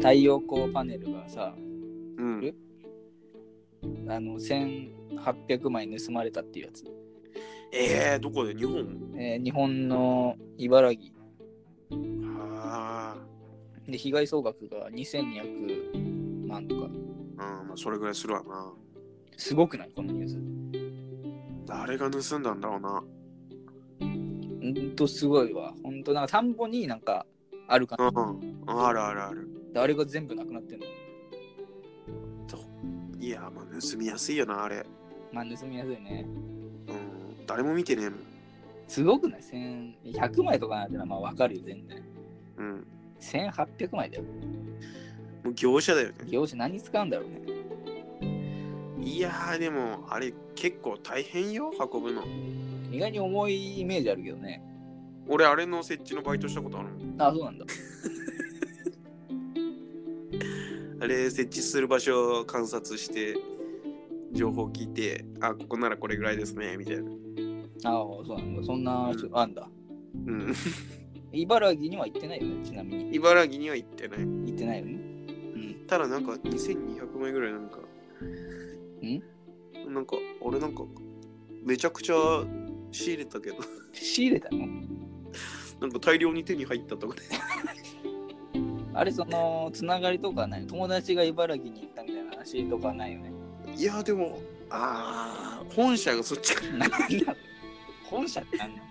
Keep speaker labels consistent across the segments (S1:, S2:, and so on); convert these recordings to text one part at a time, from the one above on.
S1: 太陽光パネルがさ、
S2: うん
S1: え。あの1800枚盗まれたっていうやつ、
S2: えー、どこで日本
S1: えー日本の茨城
S2: あ
S1: で被害総額が2200万とか
S2: あ、うん、まあ、それぐらいするわな。
S1: すごくないこのニュース
S2: 誰が盗んだんだろうな。
S1: ほんとすごいわほんとなんか田んぼになんかあるか
S2: うんうん、あるあるある。
S1: らあれが全部なくなってんの
S2: いや、まあ、盗みやすいよな、あれ。
S1: まあ盗みやすいね
S2: うん、誰も見てねえもん。
S1: すごくない1100枚とかなんてのはまあわかるよ全然
S2: うん、
S1: 1800枚だよ
S2: もう業者だよね。
S1: 業者何使うんだろうね
S2: いやー、でも、あれ、結構大変よ、運ぶの。
S1: 意外に重いイメージあるけどね
S2: 俺、あれの設置のバイトしたことあるもん。
S1: あそうなんだ
S2: あれ、設置する場所を観察して、情報聞いて、あ、ここならこれぐらいですね、みたいな。
S1: ああそうなんだそんな人あんだ
S2: うん。
S1: 茨城には行ってないよねちなみに
S2: 茨城には行ってない。
S1: 行ってないよねうん
S2: ただ、なんか、2200枚ぐらい、なんか。んなんか、俺なんか、めちゃくちゃ仕入れたけど、
S1: 仕入れたの
S2: なんか大量に手に入ったとかね。
S1: あれそのつながりとかない友達が茨城に行ったみたいな話とかないよね
S2: いや、でも、あー、本社がそっ ちから。
S1: なんだ本社ってなんだ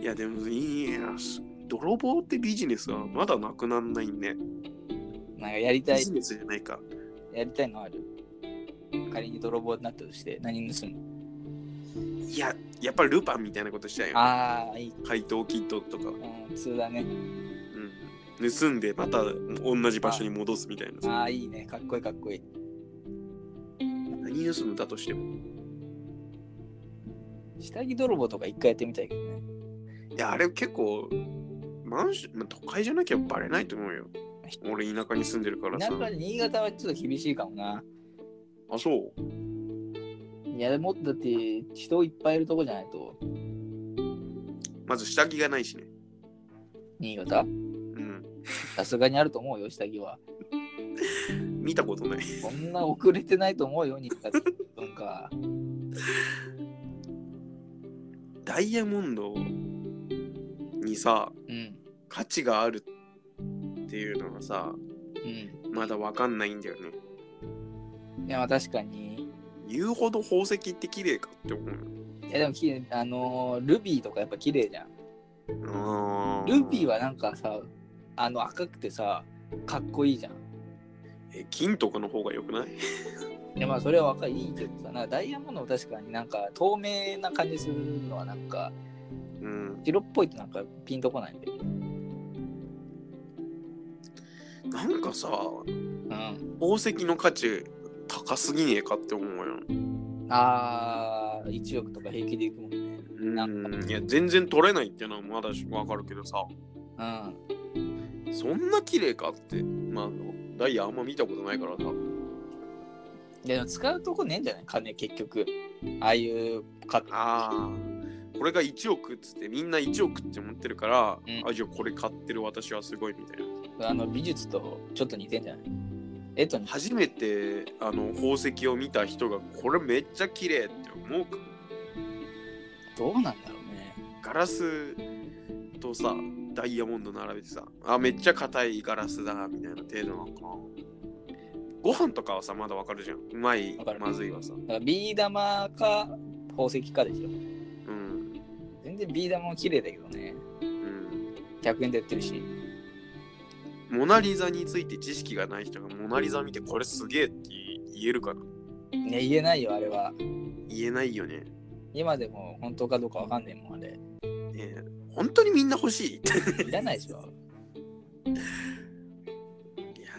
S2: いやでもいいやす泥棒ってビジネスはまだなくなんないね。
S1: なんかやりた
S2: ビ
S1: い
S2: ジネスじゃないか。
S1: やりたいのある仮に泥棒になったとして何盗む
S2: いや、やっぱりルパンみたいなことしたいよ。
S1: ああいい、
S2: 怪盗キットとか、
S1: うん、普通だね
S2: うん。盗んでまた同じ場所に戻すみたいな。
S1: ああいいねかっこいいかっこいい
S2: 何盗んだとしても。
S1: 下着泥棒とか一回やってみたいけどね
S2: いや、あれ結構、マンション、まあ都会じゃなきゃバレないと思うよ。俺田舎に住んでるから
S1: な
S2: さ
S1: ん。か新潟はちょっと厳しいかもな
S2: あ、そう。
S1: いやもっとだって人いっぱいいるとこじゃないと
S2: まず下着がないしね。
S1: 新潟
S2: うん。
S1: さすがにあると思うよ下着は
S2: 見たことない。
S1: こんな遅れてないと思うよ新潟文化
S2: ダイヤモンドにさ、
S1: うん
S2: 価値があるっていうのがさ、
S1: う
S2: まだわかんないんだよね。
S1: んいやまあ確かに
S2: 言うほど宝石って綺麗かって思うよ。
S1: いやでもきれいあのールビーとかやっぱ綺麗じゃん
S2: あ
S1: ルビー
S2: は
S1: はなんかさあの赤くてさかっこいいじゃん
S2: え金とかの方が良くない
S1: いやまあそれはわかるいいけどさなんかダイヤモンドも確かになんか透明な感じするのはなんか
S2: うん。
S1: 白っぽいとなんかピンとこないんだよね
S2: なんかさ、
S1: うん
S2: 宝石の価値高すぎねえかって思うよ。
S1: あー1億とか平気でいくもんね
S2: うん。いや、全然取れないっていうのはまだわかるけどさ、
S1: うん
S2: そんな綺麗かって、まあ、ダイヤあんま見たことないからさ。
S1: いやでも使うとこねえんじゃない金結局ああいうか
S2: ああ。これが1億っつってみんな1億って思ってるから、
S1: うん
S2: あじゃあこれ買ってる私はすごいみたいな
S1: あの美術とちょっと似てんじゃない絵と似て
S2: 初めてあの宝石を見た人がこれめっちゃ綺麗って思うか
S1: どうなんだろうね
S2: ガラスとさダイヤモンド並べてさあめっちゃ硬いガラスだみたいな程度なのかなご飯とかはさまだわかるじゃんうまい
S1: わかる
S2: まずいはさ
S1: だからビー玉か宝石かでしょ
S2: うん
S1: 全然ビー玉も綺麗だけどね
S2: うん
S1: 100円で売ってるし
S2: モナリザについて知識がない人がモナリザ見てこれすげえって言えるかな
S1: ね言えないよあれは
S2: 言えないよね
S1: 今でも本当かどうかわかんねえもんあれ
S2: ねえ本当にみんな欲しいい
S1: いらないでしょ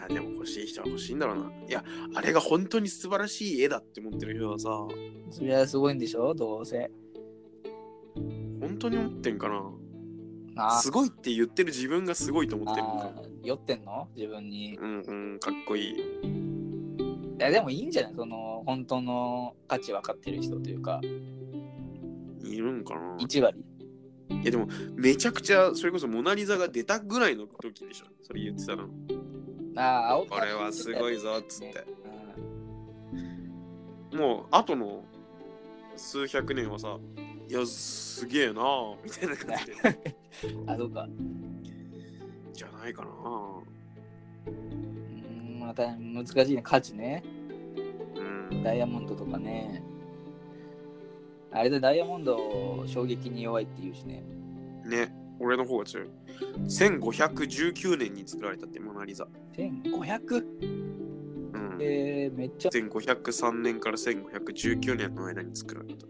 S2: やでも欲しい人は欲しいんだろうないやあれが本当に素晴らしい絵だって思ってる人はさ
S1: そりゃすごいんでしょどうせ
S2: 本当に思ってんかな
S1: あ
S2: すごいって言ってる自分がすごいと思ってる
S1: あー酔ってんの自分にい
S2: うんうんかっこいい
S1: やでもいいんじゃないその本当の価値分かってる人というか
S2: いるんかな
S1: 1割
S2: いやでもめちゃくちゃそれこそモナ・リザが出たぐらいの時でしょそれ言ってたの
S1: ああ、青
S2: これはすごいぞっつっ
S1: ね
S2: てもう後の数百年はさいやすげえなあみたいな感じで
S1: うんあ、そうか。
S2: じゃないかな
S1: うーん、また難しいね。価値ね。
S2: うん
S1: ダイヤモンドとかね。あれでダイヤモンド衝撃に弱いって言うしね。
S2: ね俺の方が強い1519年に作られたってモナ・リザ、
S1: 1500?
S2: うん、
S1: えー、めっちゃ。
S2: 1503年から1519年の間に作られた。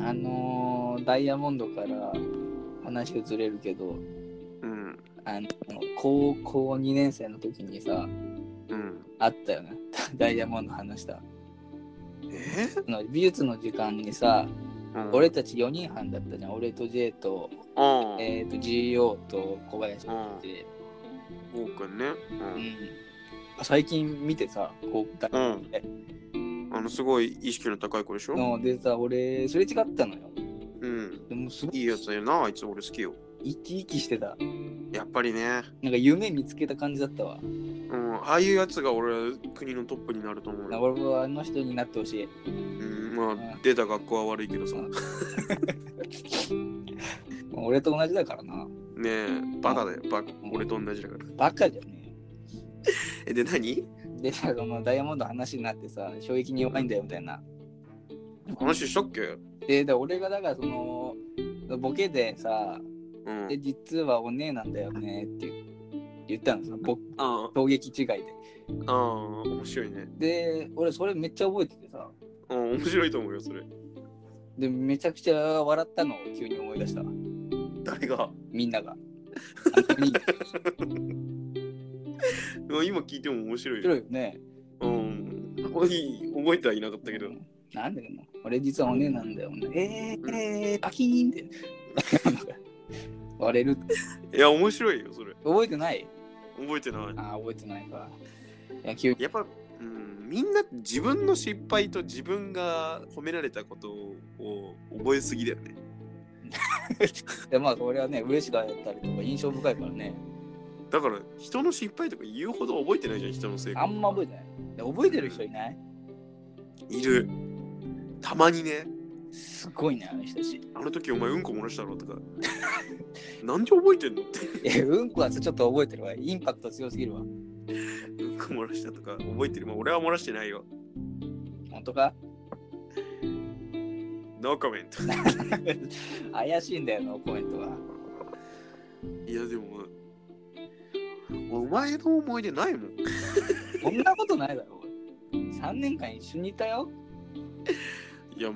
S1: あのーダイヤモンドから話がずれるけど、
S2: うん、
S1: あの高校2年生の時にさ、
S2: うん。
S1: あったよね。 ダイヤモンド話した。
S2: え
S1: あの美術の時間にさ、
S2: うん
S1: 俺たち4人班だったじゃん。俺と J と、
S2: うん。
S1: えー、と GO と小林
S2: う
S1: で、
S2: ん。ゴーくんね。
S1: うんあ最近見てさ、こう、だ
S2: うん。うん。あの、すごい意識の高い子でしょ
S1: のでさ、俺、すれ違ったのよ。
S2: うん。
S1: でもすごい
S2: いいやつだよな、あいつ俺好きよ。
S1: 生き生きしてた。
S2: やっぱりね。
S1: なんか夢見つけた感じだったわ。
S2: うん。ああいうやつが俺、国のトップになると思う
S1: な
S2: よ。
S1: 俺はあの人になってほしい。
S2: うん。まあ、出た学校は悪いけどさ。ね
S1: 俺と同じだからな。
S2: え、バカだよ。バカ。俺と同じだから。
S1: バカじゃね
S2: え、で何
S1: え。でさ、そのダイヤモンドの話になってさ、衝撃に弱いんだよみたいな。
S2: 話したっけ
S1: で、で俺がだからその、ボケでさ、
S2: うん。
S1: で、実はお姉なんだよねって言ったのさ、ぼ
S2: あ
S1: 衝撃違いで。
S2: あ、ああ、面白いね。
S1: で、俺それめっちゃ覚えててさ、
S2: うん、面白いと思うよ、それ。
S1: で、めちゃくちゃ笑ったのを急に思い出したわ。
S2: 誰が
S1: みんなが。あのみんな
S2: うん今聞いても面白いよ。
S1: 白いよね。
S2: うん。おい覚えてはいなかったけど。
S1: なんでの俺実はお姉なんだよね。えー、えー、パキーンって。割れるって
S2: いや、面白いよ、それ。
S1: 覚えてない
S2: 覚えてな
S1: あー、覚えてないか。いや、急に
S2: い。やっぱ、うん、みんな自分の失敗と自分が褒められたことを覚えすぎだよね。
S1: でまあ、これはね、嬉しかったりとか印象深いからね。
S2: だから、人の失敗とか言うほど覚えてないじゃん、人の成功。
S1: あんま覚えてない。で覚えてる人いない
S2: いる。たまにね、
S1: すごいね、あの人たち。
S2: あの時お前うんこ漏らしたろとか。 なんで覚えてんのって。
S1: え、うんこはちょっと覚えてるわ。インパクト強すぎるわ。
S2: うんこ漏らしたとか覚えてる。まあ、俺は漏らしてないよ。
S1: 本当か
S2: ノーコメント。
S1: 怪しいんだよな、コメントは。
S2: いやでもお前の思い出ないもん
S1: そんなことないだろ。3年間一緒にいたよ。
S2: いや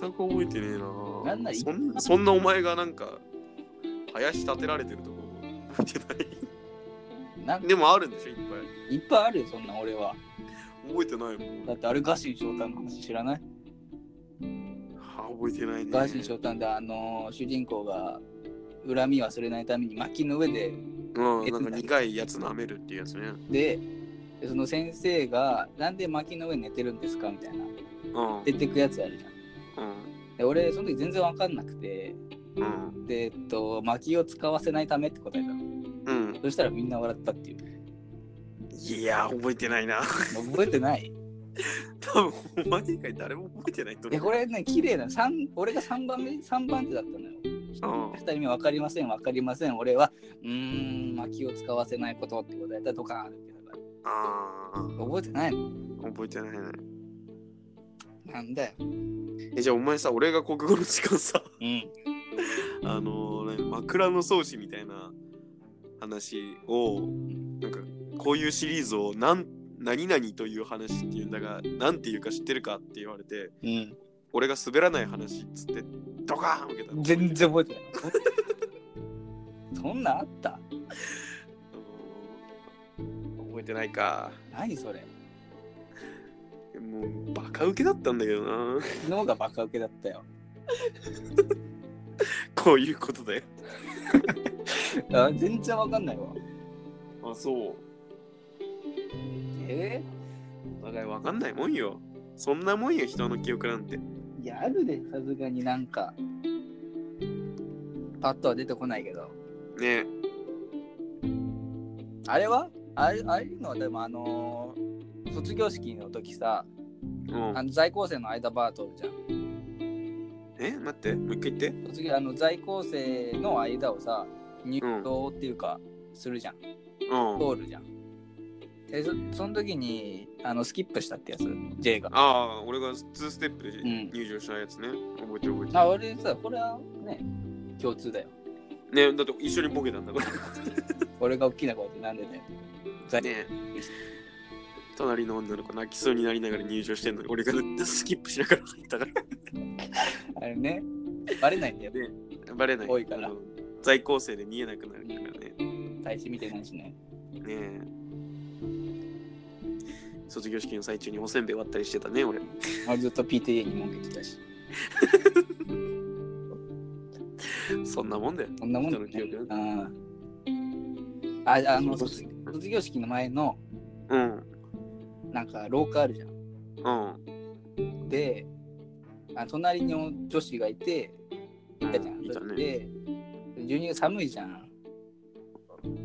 S2: 全く覚えてねえな
S1: なんなら
S2: そんそんなお前がなんか林立てられてるとこ覚えて
S1: なん
S2: ない
S1: か
S2: でもあるんでしょいっぱい
S1: いっぱいあるよ、そんな俺は。
S2: 覚えてないもん
S1: だってあれ、ガシン翔太の話知らない
S2: は覚えてないね
S1: ガシン翔太で、あのー主人公が恨み忘れないために薪の上で
S2: うんなんか苦いやつ舐めるっていうやつね
S1: でその先生が「なんで薪の上に寝てるんですか?」みたいな
S2: うんうん
S1: 出てくやつあるじゃん。で俺その時全然わかんなくて
S2: うん
S1: でえっと薪を使わせないためって答えたの
S2: うん
S1: そしたらみんな笑ったっていう
S2: いや覚えてない な
S1: 覚えてない
S2: 多分お前以外誰も覚えてないと
S1: え
S2: 思う
S1: これね綺麗な三俺が3番目三番手だったのよ
S2: うん
S1: 2人目分かりません分かりません俺は「うーん薪を使わせないこと」って答えたらドカーンってだか
S2: あー
S1: ら覚えてないの
S2: 覚えてないね
S1: なんだよ
S2: えじゃあお前さ俺が国語の時間さ
S1: うん
S2: あのー、何枕草子みたいな話をなんかこういうシリーズを何何々という話っていうんだが何ていうか知ってるかって言われて
S1: うん
S2: 俺が滑らない話っつってドカーン受けたの
S1: 全然覚えてない そんなんあった
S2: あのー覚えてないか
S1: 何それ
S2: もうバカ受けだったんだけどな
S1: 昨日がバカウケだったよ。
S2: こういうことで
S1: あ全然わかんないわ。
S2: あそう
S1: え
S2: お互い分かんないもんよそんなもんよ人の記憶なんて
S1: ーいや、あるで、さすがになんか。パッとは出てこないけど。
S2: ね
S1: あれはあれああいうのはでもあのー卒業式の時さ、
S2: うん
S1: あの在校生の間バー取るじゃん。
S2: え待ってもう一回言って
S1: 卒業あの在校生の間をさ、入党っていうか、するじゃん。
S2: うん
S1: 通るじゃん。でそその時にあのスキップしたってやつ、J が。
S2: ああー俺が2ステップで
S1: ん
S2: 入場したやつね、覚えてる覚えて
S1: あ、俺さ、これはね、共通だよ。
S2: るねだって一緒にボケたんだから
S1: 俺が大きな声でなんでだよ。在
S2: ね隣の女の子泣きそうになりながら入場してんのに俺がスキップしながら入ったから
S1: あれね、バレないんだよ。
S2: バレな い
S1: 多いから
S2: あの在校生で見えなくなるからね
S1: 大使見てないしね。
S2: ねえ卒業式の最中におせんべい割ったりしてたね俺
S1: 俺ずっと PTA に文句言ってたし。
S2: そんなもんだよ
S1: そんなもんだね
S2: 人の記憶
S1: うんあ、あの、卒卒業式の前の、
S2: うん
S1: なんか廊下あるじゃ
S2: うん
S1: ん。で、あ隣に女子がいて、いたじゃん。
S2: いたね
S1: で、12月寒いじゃん。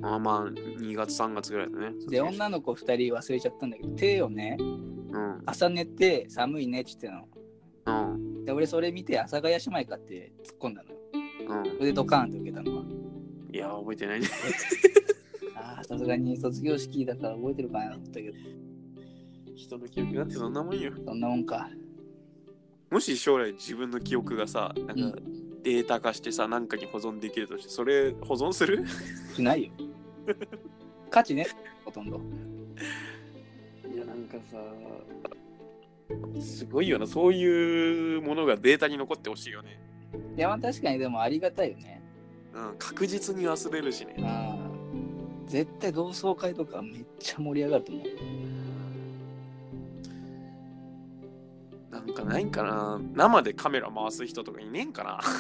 S2: あまあ2月3月ぐらいだね
S1: で、
S2: 卒業式
S1: 女の子2人忘れちゃったんだけど、手をね、
S2: うん
S1: 重ねて寒いねって言って
S2: うん
S1: たの。で、俺それ見て、阿佐ヶ谷姉妹かって突っ込んだのよ。
S2: うん
S1: それでドカーンって受けたのは。
S2: いや覚えてないね
S1: ああ、さすがに卒業式だから覚えてるかなと思ったけど、
S2: 人の記憶なんてそんなもんよ
S1: そんなもんか。
S2: もし将来自分の記憶がさなんかデータ化してさ何かに保存できるとしてそれ保存する
S1: しないよ。価値ね、ほとんど。
S2: いやなんかさすごいよなそういうものがデータに残ってほしいよね
S1: いや、まあ確かにでもありがたいよね。
S2: うん確実に忘れるしね
S1: うん。絶対同窓会とかめっちゃ盛り上がると思う。
S2: なんかないんかな生でカメラ回す人とかいねえんかな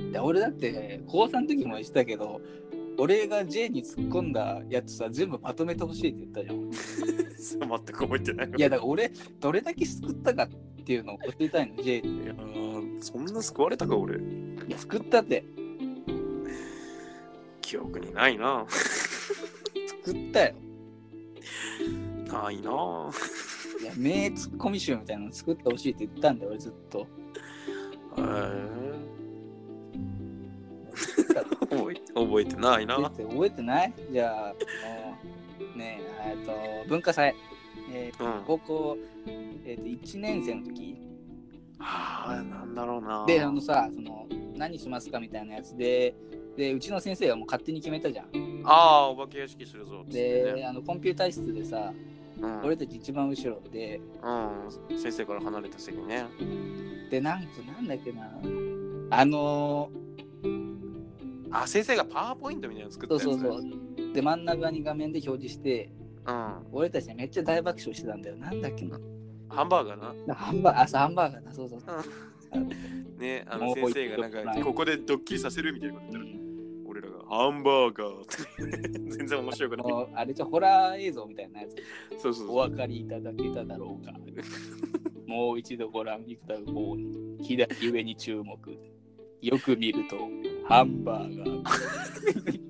S1: いや、俺だって、高3の時も言ってたけど、俺が J に突っ込んだやつさ、全部まとめてほしいって言ったじゃん。
S2: 全く覚えてないわ
S1: いや、だから俺、どれだけ救ったかっていうのを教えたいの、J に。
S2: いやーそんな救われたか俺
S1: いや救ったって、
S2: 記憶にないな
S1: 救ったよ。
S2: ないない
S1: や、名ツッコミ集みたいなの作ってほしいって言ったんだよ、俺ずっと。
S2: へえ覚えて覚えてないな
S1: 覚えて覚えてないじゃあ、もうねえ、えっと、文化祭、えー
S2: うんは
S1: 高校、えーと1年生の時
S2: あなんだろうな
S1: で、あのさ、その、何しますかみたいなやつで、で、うちの先生がもう勝手に決めたじゃん。
S2: ああお化け屋敷するぞっつってね
S1: で、あの、コンピュータ室でさ、
S2: うん、
S1: 俺たち一番後ろで、
S2: うん、先生から離れた席ね
S1: で、なんか、なんだっけな、あのー
S2: あ先生がパワーポイントみたいなの作った
S1: そう
S2: やつ
S1: そうそう、で、真ん中に画面で表示して、
S2: うん
S1: 俺たちめっちゃ大爆笑してたんだよ。なんだっけな。
S2: ハンバーガーな
S1: ハンバーガー、朝ハンバーガーだ、そうそう。
S2: ねあ
S1: も
S2: の
S1: う
S2: 先生がなん
S1: は
S2: か
S1: い
S2: ここでドッキリさせるみたいなこと言ったら俺らがハンバーガーって全然面白くない
S1: もうあれじゃホラー映像みたいなやつ。
S2: そうそう
S1: お
S2: そう
S1: 分かりいただけただろう か。もう一度ご覧いただこう。左上に注目。よく見ると、ハンバーガー。